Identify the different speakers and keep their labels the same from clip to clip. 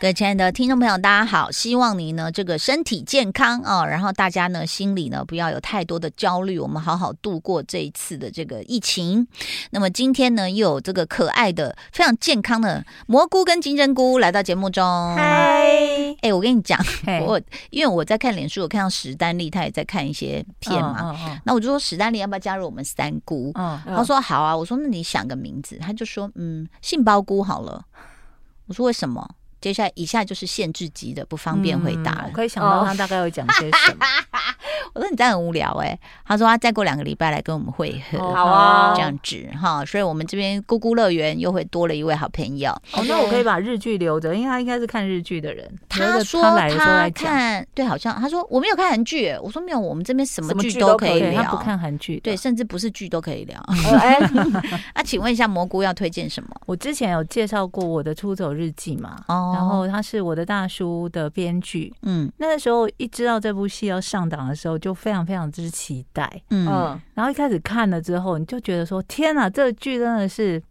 Speaker 1: 各位亲爱的听众朋友，大家好！希望你呢这个身体健康哦，然后大家呢心里呢不要有太多的焦虑，我们好好度过这一次的这个疫情。那么今天呢又有这个可爱的、非常健康的蘑菇跟金针菇来到节目
Speaker 2: 嗯
Speaker 1: 中。
Speaker 2: 嗨，
Speaker 1: 哎、我跟你讲，
Speaker 2: 嘿
Speaker 1: 我因为我在看脸书，我看到史丹利他也在看一些片嘛，
Speaker 2: 嘛，
Speaker 1: 那我就说史丹利要不要加入我们三姑？
Speaker 2: 嗯
Speaker 1: 他说好啊，我说那你想个名字，他就说嗯，杏鲍菇好了。我说为什么？接下来以下就是限制级的，不方便回答了。
Speaker 2: 哦
Speaker 1: 哦
Speaker 2: 嗯我可以想到他大概会讲些什 么。
Speaker 1: 我说你这样很无聊哎、他说他再过两个礼拜来跟我们会合。
Speaker 2: 哦
Speaker 3: 好啊
Speaker 1: 这，样子哈，所以我们这边咕咕乐园又会多了一位好朋友。
Speaker 2: 哦，那我可以把日剧留着，因为他应该是看日剧的人。留
Speaker 1: 他
Speaker 2: 着
Speaker 1: 说
Speaker 2: 来的时候
Speaker 1: 他
Speaker 2: 再讲，
Speaker 1: 看对，好像他说我没有看韩剧耶，我说没有，我们这边什么
Speaker 3: 什么
Speaker 1: 剧
Speaker 3: 剧
Speaker 1: 都
Speaker 3: 都
Speaker 1: 可
Speaker 3: 可
Speaker 1: 以
Speaker 3: 以
Speaker 2: 对他不
Speaker 1: 聊，
Speaker 2: 看韩剧。哦
Speaker 1: 对，，甚至不是剧都可以 聊。
Speaker 3: 呃哎，
Speaker 1: 那请问一下蘑菇要推荐什么？
Speaker 2: 我之前有介绍过我的《出走日记》嘛，
Speaker 1: 哦
Speaker 2: 然后他是我的大叔的编剧。
Speaker 1: 嗯
Speaker 2: 那个时候一知道这部戏要上档的时候，就非常非常之期待。
Speaker 1: 嗯，
Speaker 3: 嗯，
Speaker 2: 然后一开始看了之后，你就觉得说：“天哪，这剧真的是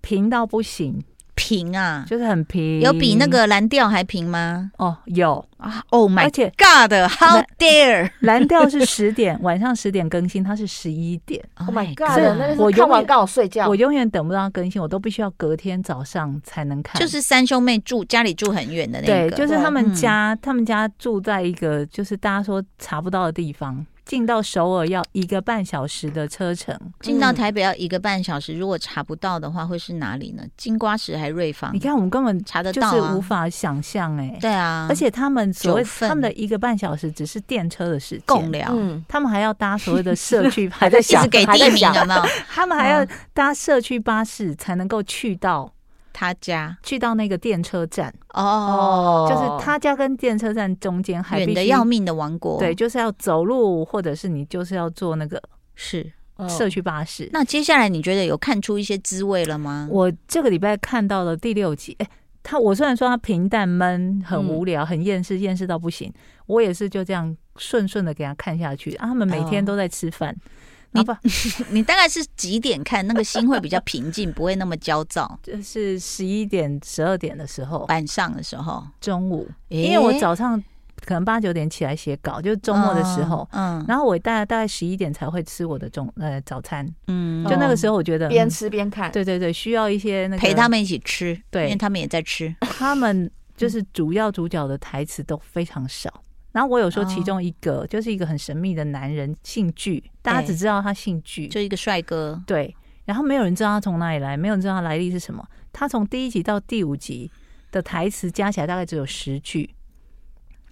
Speaker 2: 平到不行，
Speaker 1: 平啊，
Speaker 2: 就是很平。”
Speaker 1: 有比那个蓝调还平吗？
Speaker 2: 哦，有
Speaker 1: 啊，Oh my
Speaker 2: 而且
Speaker 1: God，How dare！
Speaker 2: 蓝调是十点， 晚上十点更新，它是十一点。
Speaker 1: Oh
Speaker 3: Oh my
Speaker 2: god，
Speaker 3: God，
Speaker 2: 我
Speaker 3: 那个是
Speaker 2: 永
Speaker 3: 看完
Speaker 2: 远
Speaker 3: 刚好睡觉
Speaker 2: 我。永远等不到它更新，我都必须要隔天早上才能看。
Speaker 1: 就是三兄妹住家里住很远的那
Speaker 2: 对，
Speaker 1: 个，嗯
Speaker 2: 就是
Speaker 3: 对
Speaker 2: 他们家，他们家住在一个就是大家说查不到的地方，进到首尔要一个半小时的车程。
Speaker 1: 进到
Speaker 3: 嗯
Speaker 1: 台北要一个半小时，如果查不到的话，会是哪里呢？金瓜石还瑞芳？
Speaker 2: 你看，我们根本
Speaker 1: 查得
Speaker 2: 就
Speaker 1: 到啊
Speaker 2: 是无法想象哎、
Speaker 1: 对啊，
Speaker 2: 而且他们所谓
Speaker 1: 九份
Speaker 2: 他们的一个半小时只是电车的时
Speaker 1: 共
Speaker 2: 间，
Speaker 1: 聊，
Speaker 3: 嗯，
Speaker 2: 他们还要搭所 谓的社区巴，
Speaker 3: 还在
Speaker 1: 一
Speaker 3: 想
Speaker 1: 直给
Speaker 3: 还
Speaker 1: 地
Speaker 3: 在
Speaker 1: 名
Speaker 3: 想
Speaker 1: 有没有？
Speaker 2: 他们还要
Speaker 1: 嗯
Speaker 2: 搭社区巴士才能够去到
Speaker 1: 他家
Speaker 2: 去到那个电车站。
Speaker 1: 哦，
Speaker 3: 哦
Speaker 2: 就是他家跟电车站中间还
Speaker 1: 远
Speaker 2: 必
Speaker 1: 的
Speaker 2: 须
Speaker 1: 要命的王国，
Speaker 2: 对，，就是要走路，或者是你就是要坐那个
Speaker 1: 是。哦
Speaker 2: 社区巴士。
Speaker 1: 那接下来你觉得有看出一些滋味了吗？
Speaker 2: 我这个礼拜看到了第六集，哎、他我虽然说他平淡闷、很无聊、
Speaker 1: 嗯
Speaker 2: 很厌世，厌世到不行，我也是就这样顺顺的给他看下去。啊，他们每天都在吃饭，
Speaker 1: 哦你
Speaker 2: 然后不
Speaker 1: 你大概是几点看？那个心会比较平静，不会那么焦躁。
Speaker 2: 就是十一点、十二点的时候，
Speaker 1: 晚上的时候，
Speaker 2: 中午，
Speaker 1: 诶
Speaker 2: 因为我早上可能八九点起来写稿，就是周末的时候。
Speaker 1: 嗯，嗯
Speaker 2: 然后我大概大概十一点才会吃我的中呃早餐，
Speaker 1: 嗯
Speaker 2: 就那个时候我觉得
Speaker 3: 边
Speaker 2: 嗯
Speaker 3: 吃边看。
Speaker 2: 对对对，需要一些那个
Speaker 1: 陪他，们一起吃，
Speaker 2: 对
Speaker 1: 因为他们也在吃。
Speaker 2: 他们就是
Speaker 1: 嗯
Speaker 2: 主要主角的台词都非常少。然后我有说，
Speaker 1: 哦
Speaker 2: 其中一个、就是一个很神秘的男人姓具，大家只知道他姓具，
Speaker 1: 就一个帅哥，
Speaker 2: 对。然后没有人知道他从哪里来，没有人知道他来历是什么。他从第一集到第五集的台词加起来大概只有十句，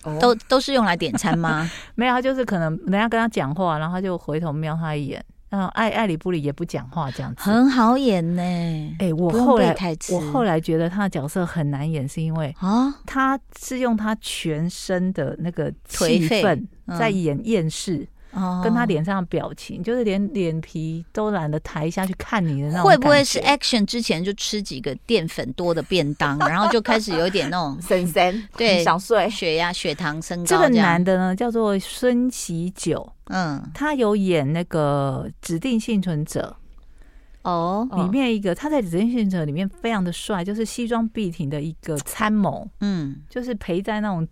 Speaker 3: 哦
Speaker 1: 都都是用来点餐 吗？
Speaker 2: 没有，他就是可能人家跟他讲话，然后他就回头瞄他一眼，然后爱爱理不理也不讲话这样子。
Speaker 1: 很好演呢、
Speaker 2: 哎、我
Speaker 1: 不用
Speaker 2: 后来
Speaker 1: 背台词
Speaker 2: 我后来觉得他的角色很难演，是因为
Speaker 1: 啊，
Speaker 2: 他是用他全身的那个
Speaker 1: 颓
Speaker 2: 气
Speaker 1: 废
Speaker 2: 氛
Speaker 1: 嗯
Speaker 2: 在演厌世，
Speaker 1: 哦
Speaker 2: 跟他脸上的表情，就是连脸皮都懒得抬一下去看你的那种。
Speaker 1: 会不会是？action 之前就吃几个淀粉多的便 当，然后就开始有点那种
Speaker 3: 神 神
Speaker 1: 对
Speaker 3: 想睡。
Speaker 1: 血压、血糖升高
Speaker 2: 这个
Speaker 1: 样
Speaker 2: 男，哦的呢，叫做孙喜九，
Speaker 1: 嗯，
Speaker 2: 他有演那个《指定幸存者
Speaker 1: 哦》，
Speaker 2: 里面一个，他在《指定幸存者》里面非常的帅，就是西装笔挺的一个参谋，
Speaker 1: 嗯，
Speaker 2: 就是陪在那种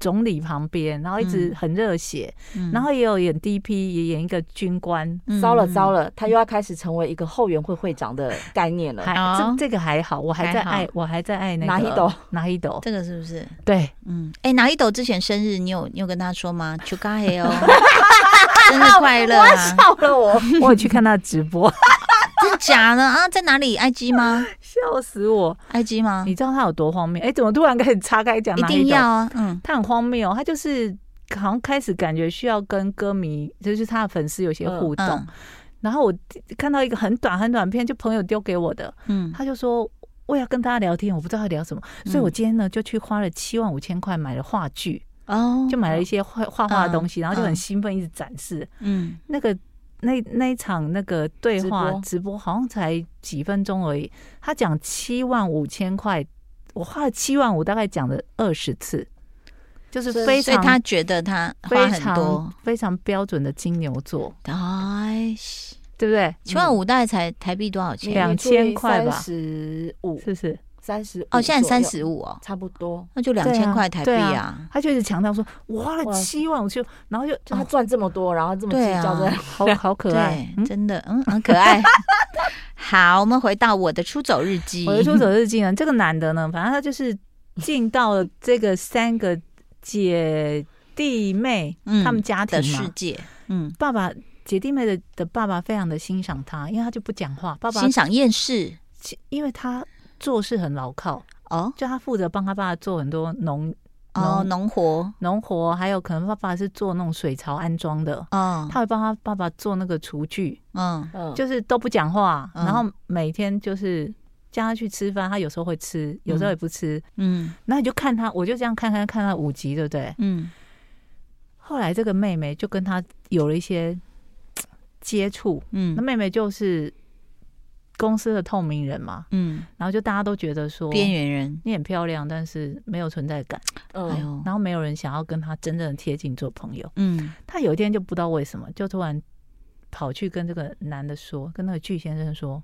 Speaker 2: 总理旁边，然后一直
Speaker 1: 嗯
Speaker 2: 很热血，
Speaker 1: 嗯
Speaker 2: 然后也有演 DP，也演一个军官，
Speaker 3: 嗯糟了糟
Speaker 1: 了，
Speaker 3: 了，他又要开始成为一个后援会会长的概念了。
Speaker 2: 还
Speaker 1: 好
Speaker 2: 这这个还好，我还在
Speaker 1: 哦还好
Speaker 2: 爱，我还在爱那个
Speaker 3: 哪一斗，
Speaker 2: 哪一斗，
Speaker 1: 这个是不是？
Speaker 2: 对，
Speaker 1: 嗯，哎，哪一斗之前生日，你有你有跟他说吗？祝加黑 哦，生日快乐
Speaker 3: 我
Speaker 1: 啊！
Speaker 3: 笑了我，
Speaker 2: 我有去看他的直 播，
Speaker 1: 真假的啊？在哪里？IG 吗
Speaker 2: 笑死我！
Speaker 1: ？IG 吗？
Speaker 2: 你知道他有多荒谬？哎，怎么突然开始岔开讲
Speaker 1: 嗯一
Speaker 2: 哪
Speaker 1: 定
Speaker 2: 一斗
Speaker 1: 要？啊，嗯，
Speaker 2: 他很荒谬，他就是好像开始感觉需要跟歌迷，就是他的粉丝有些互动。
Speaker 1: 嗯
Speaker 2: 然后我看到一个很短很短片，就朋友丢给我的，
Speaker 1: 嗯，
Speaker 2: 他就说。我要跟大家聊天，我不知道要聊什么，所以我今天呢就去花了七万五千块买了话剧，
Speaker 1: 哦，
Speaker 2: 就买了一些画画画的东西，
Speaker 1: 嗯
Speaker 2: 然后就很
Speaker 1: 嗯
Speaker 2: 兴奋，一直展示。
Speaker 1: 嗯，
Speaker 2: 那个那那一场那个对话
Speaker 3: 直播
Speaker 2: 直播好像才几分钟而已，他讲七万五千块，我花了七万五，大概讲了二十次，就是
Speaker 3: 所以
Speaker 2: 非
Speaker 1: 所以
Speaker 2: 常
Speaker 1: 他觉得他花
Speaker 2: 非
Speaker 1: 很多
Speaker 2: 常。非常标准的金牛座，
Speaker 1: 哎，
Speaker 2: 对不对？
Speaker 1: 七万五大概才台币多少
Speaker 3: 你
Speaker 1: 钱？
Speaker 2: 嗯两千块吧
Speaker 3: 三十五，
Speaker 2: 嗯是不是？
Speaker 3: 三十
Speaker 1: 哦，现在三十五哦，
Speaker 3: 差不多。
Speaker 1: 那就两
Speaker 2: 对啊
Speaker 1: 千块台币
Speaker 2: 对
Speaker 1: 啊。
Speaker 2: 他就一直强调说，我花了
Speaker 3: 哇
Speaker 2: 七万五就，然后就
Speaker 3: 就他
Speaker 2: 哦
Speaker 3: 赚这么多，然后这么计
Speaker 1: 对啊
Speaker 3: 较在，
Speaker 2: 好好可爱
Speaker 1: 对，，
Speaker 2: 嗯
Speaker 1: 真的，嗯，很可爱。 好，我们回到我的出走日记。
Speaker 2: 我的出走日记呢，这个男的呢，反正他就是进到了这个三个姐弟妹、
Speaker 1: 嗯
Speaker 2: 他们家庭
Speaker 1: 的世
Speaker 2: 嘛，
Speaker 1: 界，嗯，
Speaker 2: 爸爸姐弟妹的的爸爸非常的欣赏他，因为他就不讲话，爸爸
Speaker 1: 欣赏厌世
Speaker 2: 因为他做事很牢靠，
Speaker 1: 哦
Speaker 2: 就他负责帮他爸爸做很多农
Speaker 1: 哦，
Speaker 2: 农
Speaker 1: 农活
Speaker 2: 农活，还有可能爸爸是做那种水槽安装的。
Speaker 1: 哦，
Speaker 2: 他会帮他爸爸做那个厨具，
Speaker 1: 嗯
Speaker 3: 嗯，
Speaker 2: 就是都不讲话，
Speaker 1: 嗯
Speaker 2: 然后每天就是叫他去吃饭，他有时候会吃，有时候也不吃，
Speaker 1: 嗯
Speaker 2: 那你就看他，我就这样看看看他五集，对不对？
Speaker 1: 嗯
Speaker 2: 后来这个妹妹就跟他有了一些嘖接触，那
Speaker 1: 嗯
Speaker 2: 妹妹就是公司的透明人嘛，
Speaker 1: 嗯，
Speaker 2: 然后就大家都觉得说，
Speaker 1: 边缘人，
Speaker 2: 你很漂亮，但是没有存在感，
Speaker 1: 哎
Speaker 3: 嗯，
Speaker 1: 呦，
Speaker 2: 然后没有人想要跟她真正的贴近做朋友。
Speaker 1: 嗯
Speaker 2: 她有一天就不知道为什么，就突然跑去跟这个男的说，跟那个巨先生说。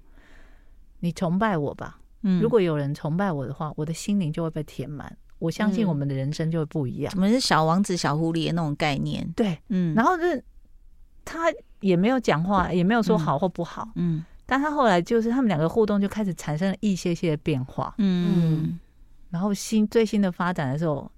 Speaker 2: 你崇拜我吧，
Speaker 1: 嗯，
Speaker 2: 如果有人崇拜我的话，我的心灵就会被填满。我相信
Speaker 3: 嗯
Speaker 2: 我们的人生就会不一样
Speaker 1: 怎。么是小王子、小狐狸的那种概念？
Speaker 2: 对，
Speaker 1: 嗯，
Speaker 2: 然
Speaker 1: 后
Speaker 2: 后就是他也没有讲话，也没有说好或不好，
Speaker 1: 嗯
Speaker 2: 但他后来就是他们两个互动就开始产生了一些些变化。
Speaker 1: 嗯
Speaker 2: 然后新最新的发展的时候，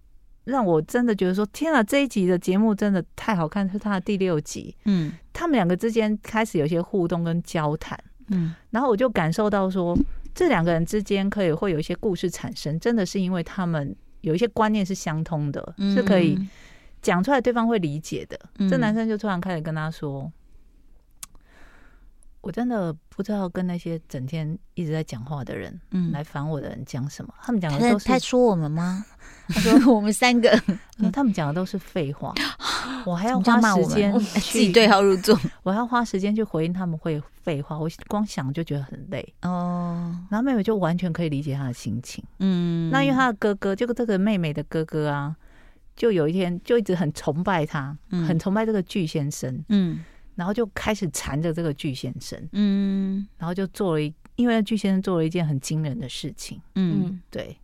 Speaker 2: 让我真的觉得说，天啊，这一集的节目真的太好看，是它的第六集，
Speaker 1: 嗯
Speaker 2: 他们两个之间开始有一些互动跟交谈，
Speaker 1: 嗯
Speaker 2: 然后我就感受到说，这两个人之间可以会有一些故事产生，真的是因为他们。有一些观念是相通的，
Speaker 1: 嗯，
Speaker 2: 是可以讲出来，对方会理解的。
Speaker 1: 嗯
Speaker 2: 这男生就突然开始跟他说：“我真的不知道跟那些整天一直在讲话的人、
Speaker 1: 嗯
Speaker 2: 来烦我的人讲什么，他们讲
Speaker 1: 他
Speaker 2: 的
Speaker 1: 在
Speaker 2: 都是
Speaker 1: 他说我们吗？他说 我们三个，
Speaker 2: 嗯他们讲的都是废 话，我还要
Speaker 1: 你这样骂
Speaker 2: 花
Speaker 1: 我
Speaker 2: 时
Speaker 1: 们哎
Speaker 2: 间
Speaker 1: 自己
Speaker 2: 去
Speaker 1: 对号入 座
Speaker 2: 我还要花时间去回应他们会废话，我光想就觉得很累。
Speaker 1: 哦，
Speaker 2: 然后妹妹就完全可以理解他的心情。
Speaker 1: 嗯，
Speaker 2: 那因为他的哥哥，就这个妹妹的哥哥啊，就有一天就一直很崇拜他，
Speaker 1: 嗯
Speaker 2: 很崇拜这个巨先生，
Speaker 1: 嗯
Speaker 2: 然后就开始缠着这个巨先生。”
Speaker 1: 嗯
Speaker 2: 然后就做了一，因为巨先生做了一件很惊人的事情，
Speaker 1: 嗯
Speaker 3: 嗯，
Speaker 2: 对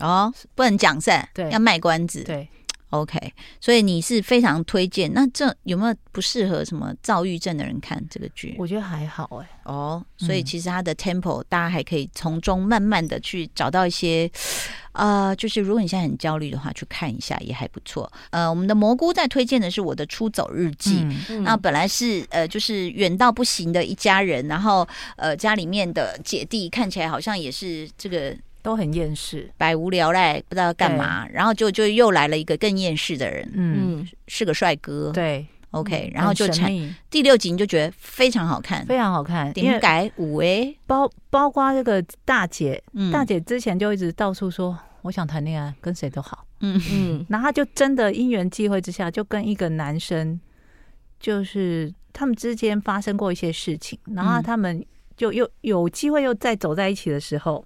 Speaker 1: 哦，不能讲噻，
Speaker 2: 对
Speaker 1: 要卖关子，
Speaker 2: 对，
Speaker 1: OK，所以你是非常推荐。那这有没有不适合什么躁郁症的人看这个剧？
Speaker 2: 我觉得还好哎、
Speaker 1: 哦，所以
Speaker 2: 嗯
Speaker 1: 其实它的 tempo 大家还可以从中慢慢的去找到一些，呃，就是如果你现在很焦虑的话，去看一下也还不错。呃，我们的蘑菇在推荐的是我的《出走日记》
Speaker 2: 嗯
Speaker 3: 嗯
Speaker 1: 那本来是呃，就是远到不行的一家人，然后呃，家里面的姐弟看起来好像也是这个
Speaker 2: 都很厌世，
Speaker 1: 百无聊赖，不知道要干嘛，然后就就又来了一个更厌世的人，
Speaker 2: 嗯，
Speaker 3: 嗯，
Speaker 1: 是个帅哥，
Speaker 2: 对，嗯
Speaker 1: OK，然后
Speaker 2: 很
Speaker 1: 就
Speaker 2: 神
Speaker 1: 产
Speaker 2: 秘，
Speaker 1: 第六集你就觉得非常好看，
Speaker 2: 非常好看，因
Speaker 1: 点
Speaker 2: 为
Speaker 1: 改五哎，
Speaker 2: 包包括这个大姐，
Speaker 1: 嗯
Speaker 2: 大姐之前就一直到处说。我想谈恋爱，跟谁都好。
Speaker 1: 嗯
Speaker 3: 嗯，
Speaker 2: 然后她就真的因缘际会之下，就跟一个男生，就是他们之间发生过一些事情，然后
Speaker 1: 嗯
Speaker 2: 他们就又有机会又再走在一起的时候，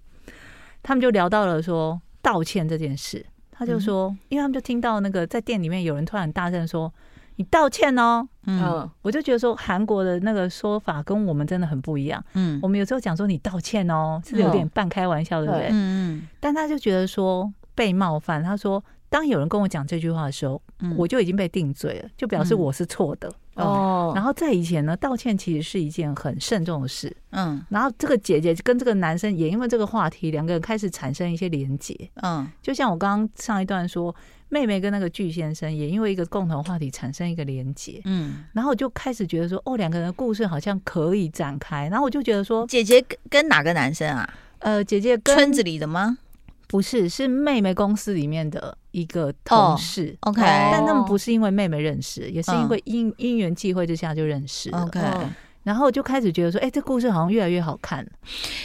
Speaker 2: 他们就聊到了说道歉这件事。他就说，因为他们就听到那个在店里面有人突然大声说：“你道歉哦！”
Speaker 1: 嗯
Speaker 3: 嗯，
Speaker 2: 我就觉得说韩国的那个说法跟我们真的很不一样。
Speaker 1: 嗯
Speaker 2: 我们有时候讲说你道歉哦，是有点半开玩笑，对不对？
Speaker 1: 嗯
Speaker 2: 但他就觉得说被冒犯。他说，当有人跟我讲这句话的时候，
Speaker 1: 嗯
Speaker 2: 我就已经被定罪了，就表示
Speaker 1: 嗯
Speaker 2: 我是错的。
Speaker 3: 哦，
Speaker 2: 然后在以前呢，道歉其实是一件很慎重的事。
Speaker 1: 嗯
Speaker 2: 然后这个姐姐跟这个男生也因为这个话题，两个人开始产生一些连结。
Speaker 1: 嗯
Speaker 2: 就像我刚刚上一段说，妹妹跟那个巨先生也因为一个共同话题产生一个连结。
Speaker 1: 嗯，
Speaker 2: 然后我就开始觉得说，哦，两个人的故事好像可以展开。然后我就觉得说，
Speaker 1: 姐姐跟跟哪个男生啊？
Speaker 2: 呃，姐姐跟
Speaker 1: 村子里的吗？
Speaker 2: 不是，是妹妹公司里面的一个同事。
Speaker 1: OK 嗯
Speaker 3: 哦
Speaker 2: 但他们不是因为妹妹认识，也是因为因因缘际会之下就认识了。
Speaker 1: OK，
Speaker 3: 哦
Speaker 2: 然后就开始觉得说，哎、这故事好像越来越好看。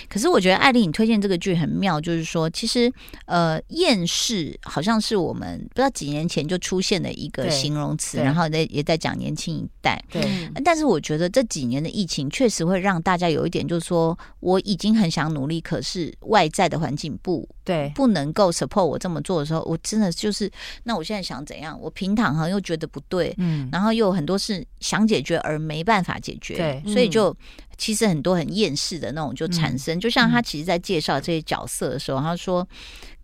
Speaker 1: 可是我觉得艾丽，你推荐这个剧很妙，就是说，其实呃，厌世好像是我们不知道几年前就出现的一个
Speaker 3: 对
Speaker 1: 形容词，
Speaker 3: 对
Speaker 1: 然后在也在讲年轻一代。
Speaker 3: 对，
Speaker 1: 但是我觉得这几年的疫情确实会让大家有一点，就是说我已经很想努力，可是外在的环境不
Speaker 3: 对，
Speaker 1: 不能够 support 我这么做的时候，我真的就是，那我现在想怎样？我平躺好像又觉得不对，
Speaker 3: 嗯，
Speaker 1: 然后又有很多事想解决而没办法解决，
Speaker 3: 对
Speaker 1: 所以
Speaker 3: 嗯
Speaker 1: 就其实很多很厌世的那种就
Speaker 2: 嗯
Speaker 1: 产生。就像他其实，在介绍这些角色的时候，他说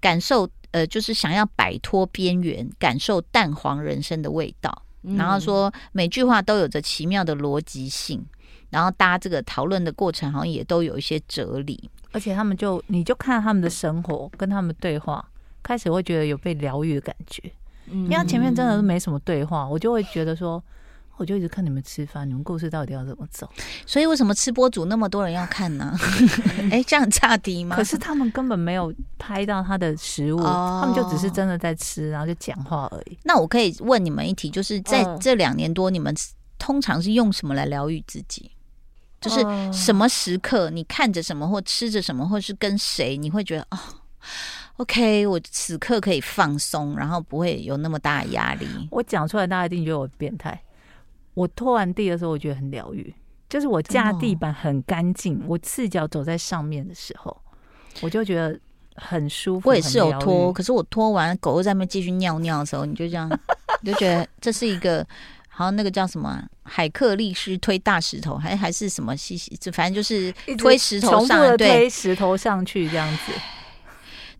Speaker 1: 感受呃，就是想要摆脱边缘，感受淡黄人生的味道。
Speaker 2: 嗯
Speaker 3: 嗯
Speaker 1: 然后说每句话都有着奇妙的逻辑性，然后搭这个讨论的过程，好像也都有一些哲理。
Speaker 2: 而且他们就，你就看他们的生活，跟他们对话，开始会觉得有被疗愈的感觉。
Speaker 3: 嗯，
Speaker 2: 因为他前面真的是没什么对话，我就会觉得说，我就一直看你们吃饭，你们故事到底要怎么走？
Speaker 1: 所以为什么吃播组那么多人要看 呢？ 哎，这样很差低吗？
Speaker 2: 可是他们根本没有拍到他的食物，
Speaker 1: 哦
Speaker 2: 他们就只是真的在吃，然后就讲话而已。
Speaker 1: 那我可以问你们一题，就是在
Speaker 3: 嗯
Speaker 1: 这两年多，你们通常是用什么来疗愈自己？就是
Speaker 2: 嗯
Speaker 3: 嗯
Speaker 1: 什么时刻你看着什么，或吃着什么，或是跟谁，你会觉得哦，OK，我此刻可以放松，然后不会有那么大的压力。
Speaker 2: 我讲出来，大家一定觉得我变态。我拖完地的时候，我觉得很疗愈，就是我架
Speaker 1: 真的哦
Speaker 2: 地板很干净，我赤脚走在上面的时候，我就觉得很舒服。
Speaker 1: 我也是有
Speaker 2: 很疗愈
Speaker 1: 拖，可是我拖完狗又在那边继续尿尿的时候，你就这样，你就觉得这是一个。好像那个叫什么啊、海克力士推大石头，还还是什么西西，这反正就是
Speaker 3: 一直
Speaker 1: 推石头
Speaker 2: 重复
Speaker 1: 上
Speaker 2: 的
Speaker 1: 来，对，
Speaker 2: 推石头上去这样子。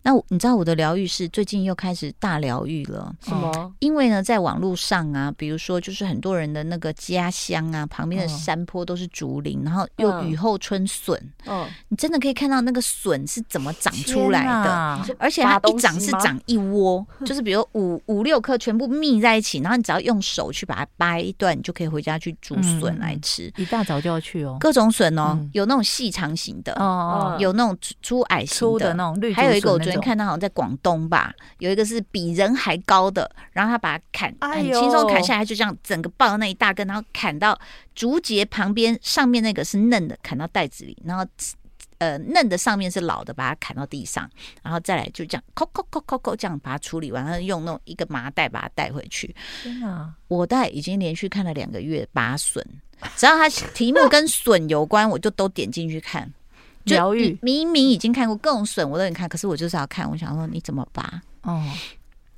Speaker 1: 那我你知道我的疗愈是最近又开始大疗愈了。
Speaker 3: 什么？
Speaker 1: 因为呢，在网络上啊，比如说就是很多人的那个家乡啊，旁边的
Speaker 2: 嗯
Speaker 1: 山坡都是竹林，然后又
Speaker 3: 嗯
Speaker 1: 雨后春笋，
Speaker 3: 嗯，
Speaker 1: 你真的可以看到那个笋是怎么长出来
Speaker 2: 天
Speaker 1: 的，
Speaker 2: 哪
Speaker 1: 啊而且它
Speaker 3: 拔
Speaker 1: 一
Speaker 3: 东西
Speaker 1: 长是
Speaker 3: 吗
Speaker 1: 长一窝，就是比如五五六颗全部密在一起，然后你只要用手去把它掰一段，你就可以回家去煮笋
Speaker 2: 嗯
Speaker 1: 来
Speaker 2: 嗯
Speaker 1: 吃。
Speaker 2: 一大早就要去哦。
Speaker 1: 各种笋哦，
Speaker 2: 嗯
Speaker 1: 有那种细长型的，
Speaker 2: 哦，
Speaker 1: 有那种粗粗矮型
Speaker 2: 粗的那种绿竹笋那种，
Speaker 1: 还有一个我昨天看到好像在广东吧，有一个是比人还高的，然后他把它砍，
Speaker 2: 哎
Speaker 1: 很
Speaker 2: 呦
Speaker 1: 轻松砍下来，就这样整个抱那一大根，然后砍到竹节旁边，上面那个是嫩的，砍到袋子里，然后。呃，嫩的上面是老的，把它砍到地上，然后再来就这样，扣扣扣扣扣，这样把它处理完，然后用那种一个麻袋把它带回去。
Speaker 2: 天哪，
Speaker 1: 我大概已经连续看了两个月拔笋，只要它题目跟笋有关，我就都点进去看。就
Speaker 2: 疗愈
Speaker 1: 明明已经看过各种笋，我都有看，可是我就是要看，我想说你怎么拔，
Speaker 2: 哦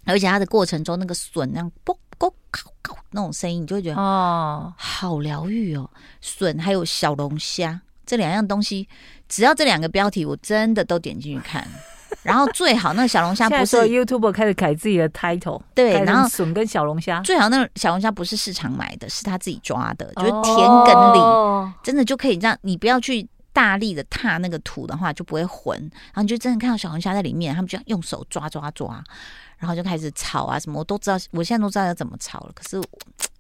Speaker 1: 而且它的过程中那个笋那样啵啵咔咔那种声音，你就会觉得
Speaker 2: 哦，
Speaker 1: 好疗愈哦。笋还有小龙虾这两样东西，只要这两个标题，我真的都点进去看。 然后最好那个小龙虾
Speaker 2: 现在
Speaker 1: 不
Speaker 2: 所
Speaker 1: 是
Speaker 2: 有 YouTube 开始改自己的 title，
Speaker 1: 对
Speaker 2: 改成
Speaker 1: 然后
Speaker 2: 笋跟小龙虾，
Speaker 1: 最好那个小龙虾不是市场买的，是他自己抓的，就是田埂里。
Speaker 3: 哦
Speaker 1: 真的就可以让你不要去大力的踏那个土的话，就不会混。然后你就真的看到小红虾在里面，他们就用手抓抓抓，然后就开始炒啊什么，我都知道，我现在都知道要怎么炒了。可是我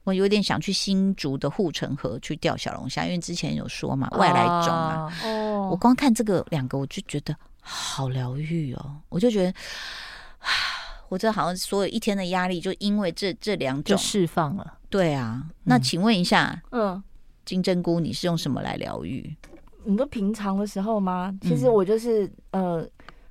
Speaker 1: 我有点想去新竹的护城河去钓小龙虾，因为之前有说嘛，外来种啊。
Speaker 2: 哦，
Speaker 3: 哦
Speaker 1: 我光看这个两个，我就觉得好疗愈哦，我就觉得。 唉我这好像所有一天的压力，就因为这这两
Speaker 2: 就
Speaker 1: 种，
Speaker 2: 释放了。
Speaker 1: 对啊。那
Speaker 2: 嗯
Speaker 1: 请问一下，
Speaker 3: 嗯，
Speaker 1: 金针菇，你是用什么来疗愈？
Speaker 3: 你说平常的时候吗？其
Speaker 1: 嗯
Speaker 3: 实我就是呃。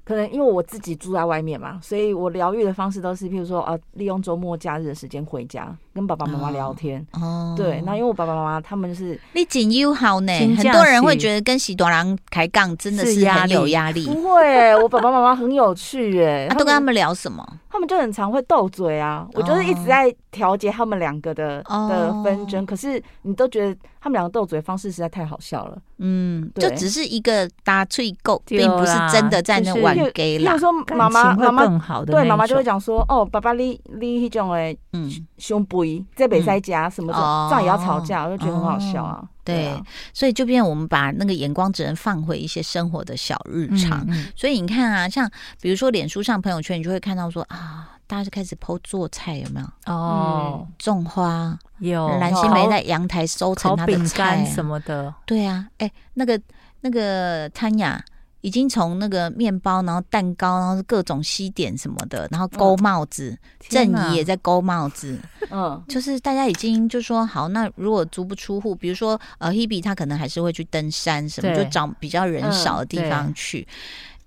Speaker 3: 可能因为我自己住在外面嘛，所以我疗愈的方式都是，譬如说，啊，利用周末假日的时间回家，跟爸爸妈妈聊天。
Speaker 1: 哦，
Speaker 3: 对，那因为我爸爸妈妈他们就是
Speaker 1: 你紧优好呢，
Speaker 2: 请假
Speaker 1: 很多人会觉得跟喜多郎开杠真的
Speaker 2: 是
Speaker 1: 是
Speaker 2: 压
Speaker 1: 很有
Speaker 2: 力嗯
Speaker 1: 压力。
Speaker 3: 不会，我爸爸妈妈很有趣耶、
Speaker 1: 嗯 啊，都跟他们聊什么？
Speaker 3: 他们就很常会斗嘴啊，我就是一直在调节他们两个的、
Speaker 1: 哦
Speaker 3: 的纷争，可是你都觉得他们两个斗嘴的方式实在太好笑了。
Speaker 1: 嗯，就
Speaker 3: 对
Speaker 1: 只是一个搭脆够，
Speaker 2: 对
Speaker 1: 并
Speaker 2: 啦
Speaker 1: 不是真的在那
Speaker 2: 就是
Speaker 1: 玩
Speaker 3: 因为
Speaker 1: gay
Speaker 3: 例
Speaker 1: 啦
Speaker 3: 如。说妈妈
Speaker 2: 感情
Speaker 3: 妈
Speaker 2: 会
Speaker 3: 妈
Speaker 2: 更好的那一
Speaker 3: 对
Speaker 2: 种，
Speaker 3: 妈妈就会讲说，哦，爸爸你你迄种诶
Speaker 1: 嗯，
Speaker 3: 胸肥，这
Speaker 2: 嗯
Speaker 3: 北塞家什么的，
Speaker 1: 哦
Speaker 3: 这样也要吵架，我就觉得很好笑
Speaker 2: 哦
Speaker 3: 啊。
Speaker 1: 对
Speaker 3: 啊
Speaker 1: 所以就变成我们把那个眼光只能放回一些生活的小日
Speaker 2: 嗯
Speaker 1: 常。
Speaker 2: 嗯
Speaker 1: 所以你看啊，像比如说脸书上朋友圈，你就会看到说啊，大家就开始剖做菜，有没有？
Speaker 2: 哦，
Speaker 1: 种花，
Speaker 2: 有哦
Speaker 1: 蓝嗯心梅在阳台收成
Speaker 2: 烤
Speaker 1: 她的
Speaker 2: 饼
Speaker 1: 菜
Speaker 2: 干
Speaker 1: 啊
Speaker 2: 什么的，
Speaker 1: 对啊，哎、那个那个谭雅已经从那个面包，然后蛋糕，然后各种西点什么的，然后勾帽子，
Speaker 2: 天
Speaker 1: 郑
Speaker 2: 哪
Speaker 1: 怡也在勾帽子，
Speaker 3: 嗯，
Speaker 1: 就是大家已经就说好，那如果足不出户，比如说呃，Hebe 她可能还是会去登山什么，就
Speaker 2: 对
Speaker 1: 找比较人少的地
Speaker 2: 嗯
Speaker 1: 方去。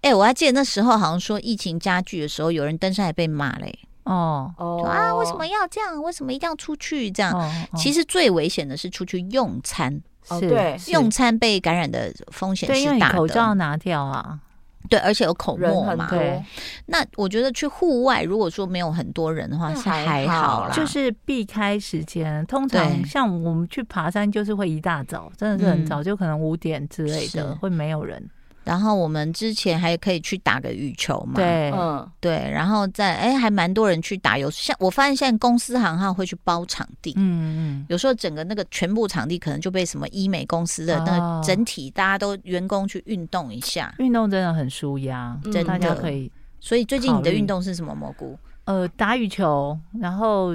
Speaker 1: 哎、我还记得那时候好像说疫情加剧的时候，有人登山还被骂嘞、
Speaker 2: 哦
Speaker 3: 哦
Speaker 1: 说啊为什么要这样？为什么一定要出去这样？
Speaker 2: 哦，
Speaker 1: 其
Speaker 2: 实
Speaker 1: 实最危险的是出去用餐，
Speaker 3: 哦对
Speaker 2: 是
Speaker 1: 用餐被感染的风险
Speaker 2: 对，因为
Speaker 1: 是
Speaker 2: 你
Speaker 1: 大
Speaker 2: 口罩
Speaker 1: 的，
Speaker 2: 拿掉啊，
Speaker 1: 对，而且有口
Speaker 3: 人
Speaker 1: 沫
Speaker 3: 很
Speaker 1: 嘛
Speaker 3: 多。
Speaker 2: 对
Speaker 1: 那我觉得去户外，如果说没有很多人的话，
Speaker 3: 那
Speaker 1: 是
Speaker 3: 还
Speaker 1: 还
Speaker 3: 好
Speaker 1: 好啦，
Speaker 2: 就是避开时间。通常
Speaker 1: 对
Speaker 2: 像我们去爬山，就是会一大早，真的是很早，就可能五点之类
Speaker 1: 是
Speaker 2: 的，会没有人。
Speaker 1: 然后我们之前还可以去打个羽球嘛，
Speaker 2: 对，
Speaker 3: 嗯，
Speaker 1: 对，然后再哎，还蛮多人去打游戏。像我发现现在公司行号会去包场地，
Speaker 2: 嗯嗯，
Speaker 1: 有时候整个那个全部场地可能就被什么医美公司的那
Speaker 2: 哦
Speaker 1: 个整体大家都员工去运动一下。
Speaker 2: 运动真的很舒压，
Speaker 3: 嗯
Speaker 1: 真
Speaker 2: 大
Speaker 1: 的
Speaker 2: 家可以
Speaker 1: 所以最近你的
Speaker 2: 考虑
Speaker 1: 运动是什么蘑菇？
Speaker 2: 呃打羽球，然后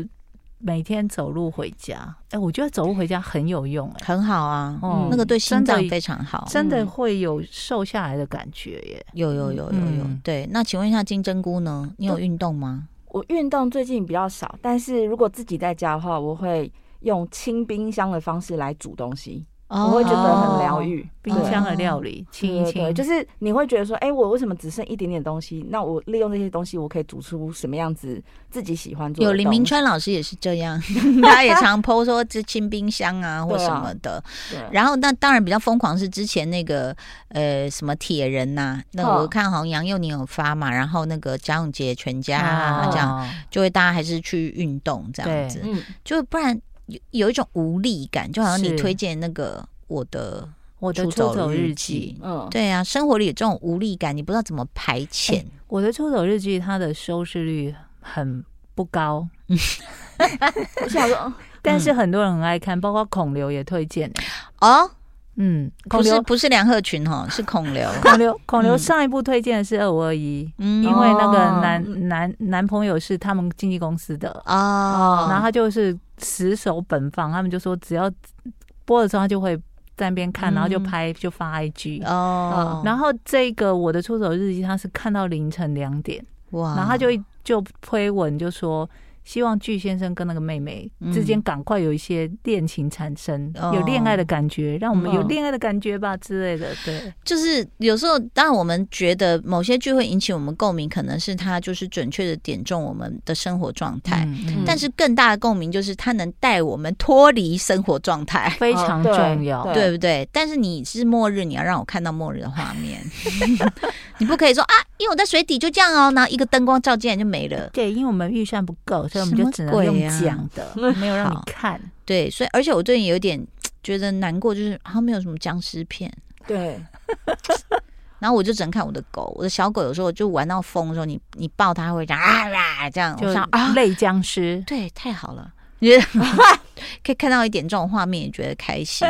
Speaker 2: 每天走路回家。哎，我觉得走路回家很有用，哎，
Speaker 1: 很好啊，
Speaker 2: 哦
Speaker 1: 那个对心脏
Speaker 2: 真的
Speaker 1: 非常好。
Speaker 2: 真的
Speaker 3: 嗯
Speaker 2: 会有瘦下来的感觉耶。
Speaker 1: 有有有有有
Speaker 2: 嗯，
Speaker 1: 对。那请问一下金针菇呢？你有运动吗？
Speaker 3: 我运动最近比较少，但是如果自己在家的话，我会用清冰箱的方式来煮东西，我会觉得很疗愈。
Speaker 2: 哦冰
Speaker 3: 对
Speaker 2: 箱的料理，清一
Speaker 3: 对
Speaker 2: 清，
Speaker 3: 对，就是你会觉得说，哎、我为什么只剩一点点东西？那我利用这些东西，我可以煮出什么样子自己喜欢做
Speaker 1: 有
Speaker 3: 的东西？
Speaker 1: 林明川老师也是这 样，他也常 PO 说这清冰箱啊或
Speaker 3: 对啊
Speaker 1: 什么的，
Speaker 3: 对，
Speaker 1: 然后，那当然比较疯狂是之前那个呃什么铁人呐、那
Speaker 3: 哦
Speaker 1: 我看好像杨佑宁有发嘛，然后那个贾永杰全家啊、
Speaker 3: 哦
Speaker 1: 这样，就会大家还是去运动这样子，
Speaker 3: 嗯，
Speaker 1: 就不然有有一种无力感，就好像你
Speaker 2: 是
Speaker 1: 推荐那个我的
Speaker 2: 我的
Speaker 1: 出
Speaker 2: 出
Speaker 1: 走
Speaker 2: 走
Speaker 1: 日
Speaker 2: 日
Speaker 1: 记
Speaker 2: 记，
Speaker 3: 嗯，
Speaker 1: 对啊，生活里有这种无力感，你不知道怎么排遣，
Speaker 2: 我的出走日记它的收视率很不高，
Speaker 3: 我想说，嗯
Speaker 2: 但是很多人很爱看，包括孔刘也推荐、欸。
Speaker 1: 哦，
Speaker 2: 嗯，
Speaker 1: 不
Speaker 2: 孔
Speaker 1: 是
Speaker 2: 刘，
Speaker 1: 不是梁鹤群哦，是孔 刘，
Speaker 2: 孔刘，孔刘
Speaker 1: 嗯
Speaker 2: 上一部推荐的是二五二一，
Speaker 1: 嗯
Speaker 2: 因为那个
Speaker 3: 哦
Speaker 2: 男、男男朋友是他们经纪公司的，
Speaker 1: 哦，
Speaker 2: 然后他就是死守本放，他们就说只要播的时候他就会在那边看，
Speaker 1: 嗯
Speaker 2: 然后就拍就发 IG。
Speaker 1: 哦，
Speaker 2: 然后这个我的出走日记，他是看到凌晨两点，
Speaker 1: 哇
Speaker 2: 然后他就就推文就说，希望巨先生跟那个妹妹之间
Speaker 1: 嗯
Speaker 2: 赶快有一些恋情产生，
Speaker 1: 哦
Speaker 2: 有恋爱的感觉，让我们有
Speaker 3: 嗯
Speaker 2: 恋爱的感觉吧之类的。对，
Speaker 1: 就是有时候，当然我们觉得某些剧会引起我们共鸣，可能是它就是准确的点中我们的生活状态。
Speaker 2: 嗯
Speaker 1: 但是更大的共鸣就是它能带我们脱离生活状态，
Speaker 2: 非常
Speaker 3: 哦对
Speaker 2: 重要。
Speaker 3: 对
Speaker 1: 对不对？但是你是末日，你要让我看到末日的画面， 你不可以说啊，因为我在水底就这样哦，然后一个灯光照进来就没了。
Speaker 2: 对，因为我们预算不够，所以我们
Speaker 1: 什么
Speaker 2: 就只能用
Speaker 1: 鬼啊
Speaker 2: 讲的，没有让你 看。
Speaker 1: 对，所以而且我最近有点觉得难过，就是好像没有什么僵尸片。
Speaker 3: 对，
Speaker 1: 然后我就只能看我的狗，我的小狗有时候就玩到疯的时候，你你抱它它会这样啊啦这样，我
Speaker 2: 就
Speaker 1: 想啊
Speaker 2: 类僵尸，
Speaker 1: 对，太好了， 觉得可以看到一点这种画面，也觉得开 心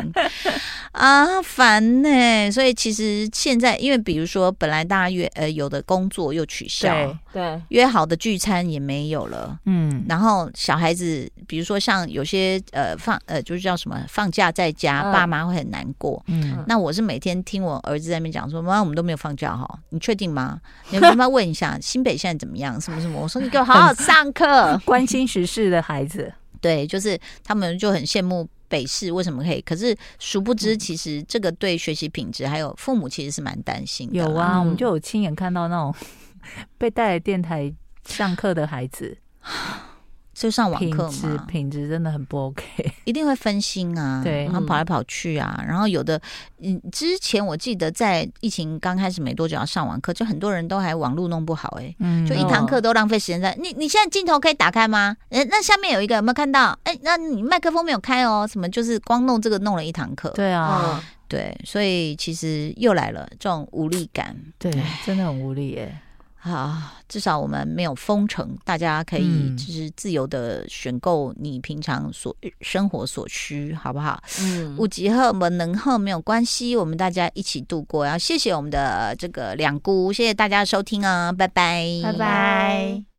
Speaker 1: 啊，烦呢、所以其实现在，因为比如说，本来大家约呃有的工作又取消
Speaker 2: 对，
Speaker 3: 对，
Speaker 1: 约好的聚餐也没有了。
Speaker 2: 嗯，
Speaker 1: 然后小孩子，比如说像有些呃放呃就是叫什么放假在家，
Speaker 3: 嗯
Speaker 1: 爸妈会很难过。
Speaker 2: 嗯，
Speaker 1: 那我是每天听我儿子在那边讲说，妈妈我们都没有放假哈，你确定吗？ 你要不要问一下新北现在怎么样，什么什么？我说你给我好好上课。
Speaker 2: 关心时事的孩子，
Speaker 1: 对，就是他们就很羡慕北市为什么可以，可是殊不
Speaker 2: 嗯
Speaker 1: 知，其实这个对学习品质还有父母其实是蛮担心的啦。
Speaker 2: 有啊，
Speaker 3: 嗯
Speaker 2: 我们就有亲眼看到那种 被带来电台上课的孩子，
Speaker 1: 就上网
Speaker 2: 品
Speaker 1: 课
Speaker 2: 质
Speaker 1: 嘛，
Speaker 2: 品质真的很不 OK。
Speaker 1: 一定会分心啊，
Speaker 2: 对
Speaker 1: 然后跑来跑去啊，然后有的，嗯，之前我记得在疫情刚开始没多久要上网课，就很多人都还网络弄不好、欸，
Speaker 2: 嗯哦
Speaker 1: 就一堂课都浪费时间在你，你现在镜头可以打开吗？呃，那下面有一个有没有看到？哎、那你麦克风没有开哦，什么就是光弄这个弄了一堂课，
Speaker 2: 对啊，
Speaker 3: 嗯，
Speaker 1: 对，所以其实又来了这种无力感。
Speaker 2: 对，真的很无力耶。
Speaker 1: 啊，至少我们没有封城，大家可以
Speaker 2: 嗯
Speaker 1: 就是自由的选购你平常所呃生活所需，好不好？
Speaker 3: 嗯
Speaker 1: 五级贺我们能贺没有关系，我们大家一起度哦过。然后谢谢我们的这个两姑，谢谢大家的收听啊，拜拜，
Speaker 2: 拜拜。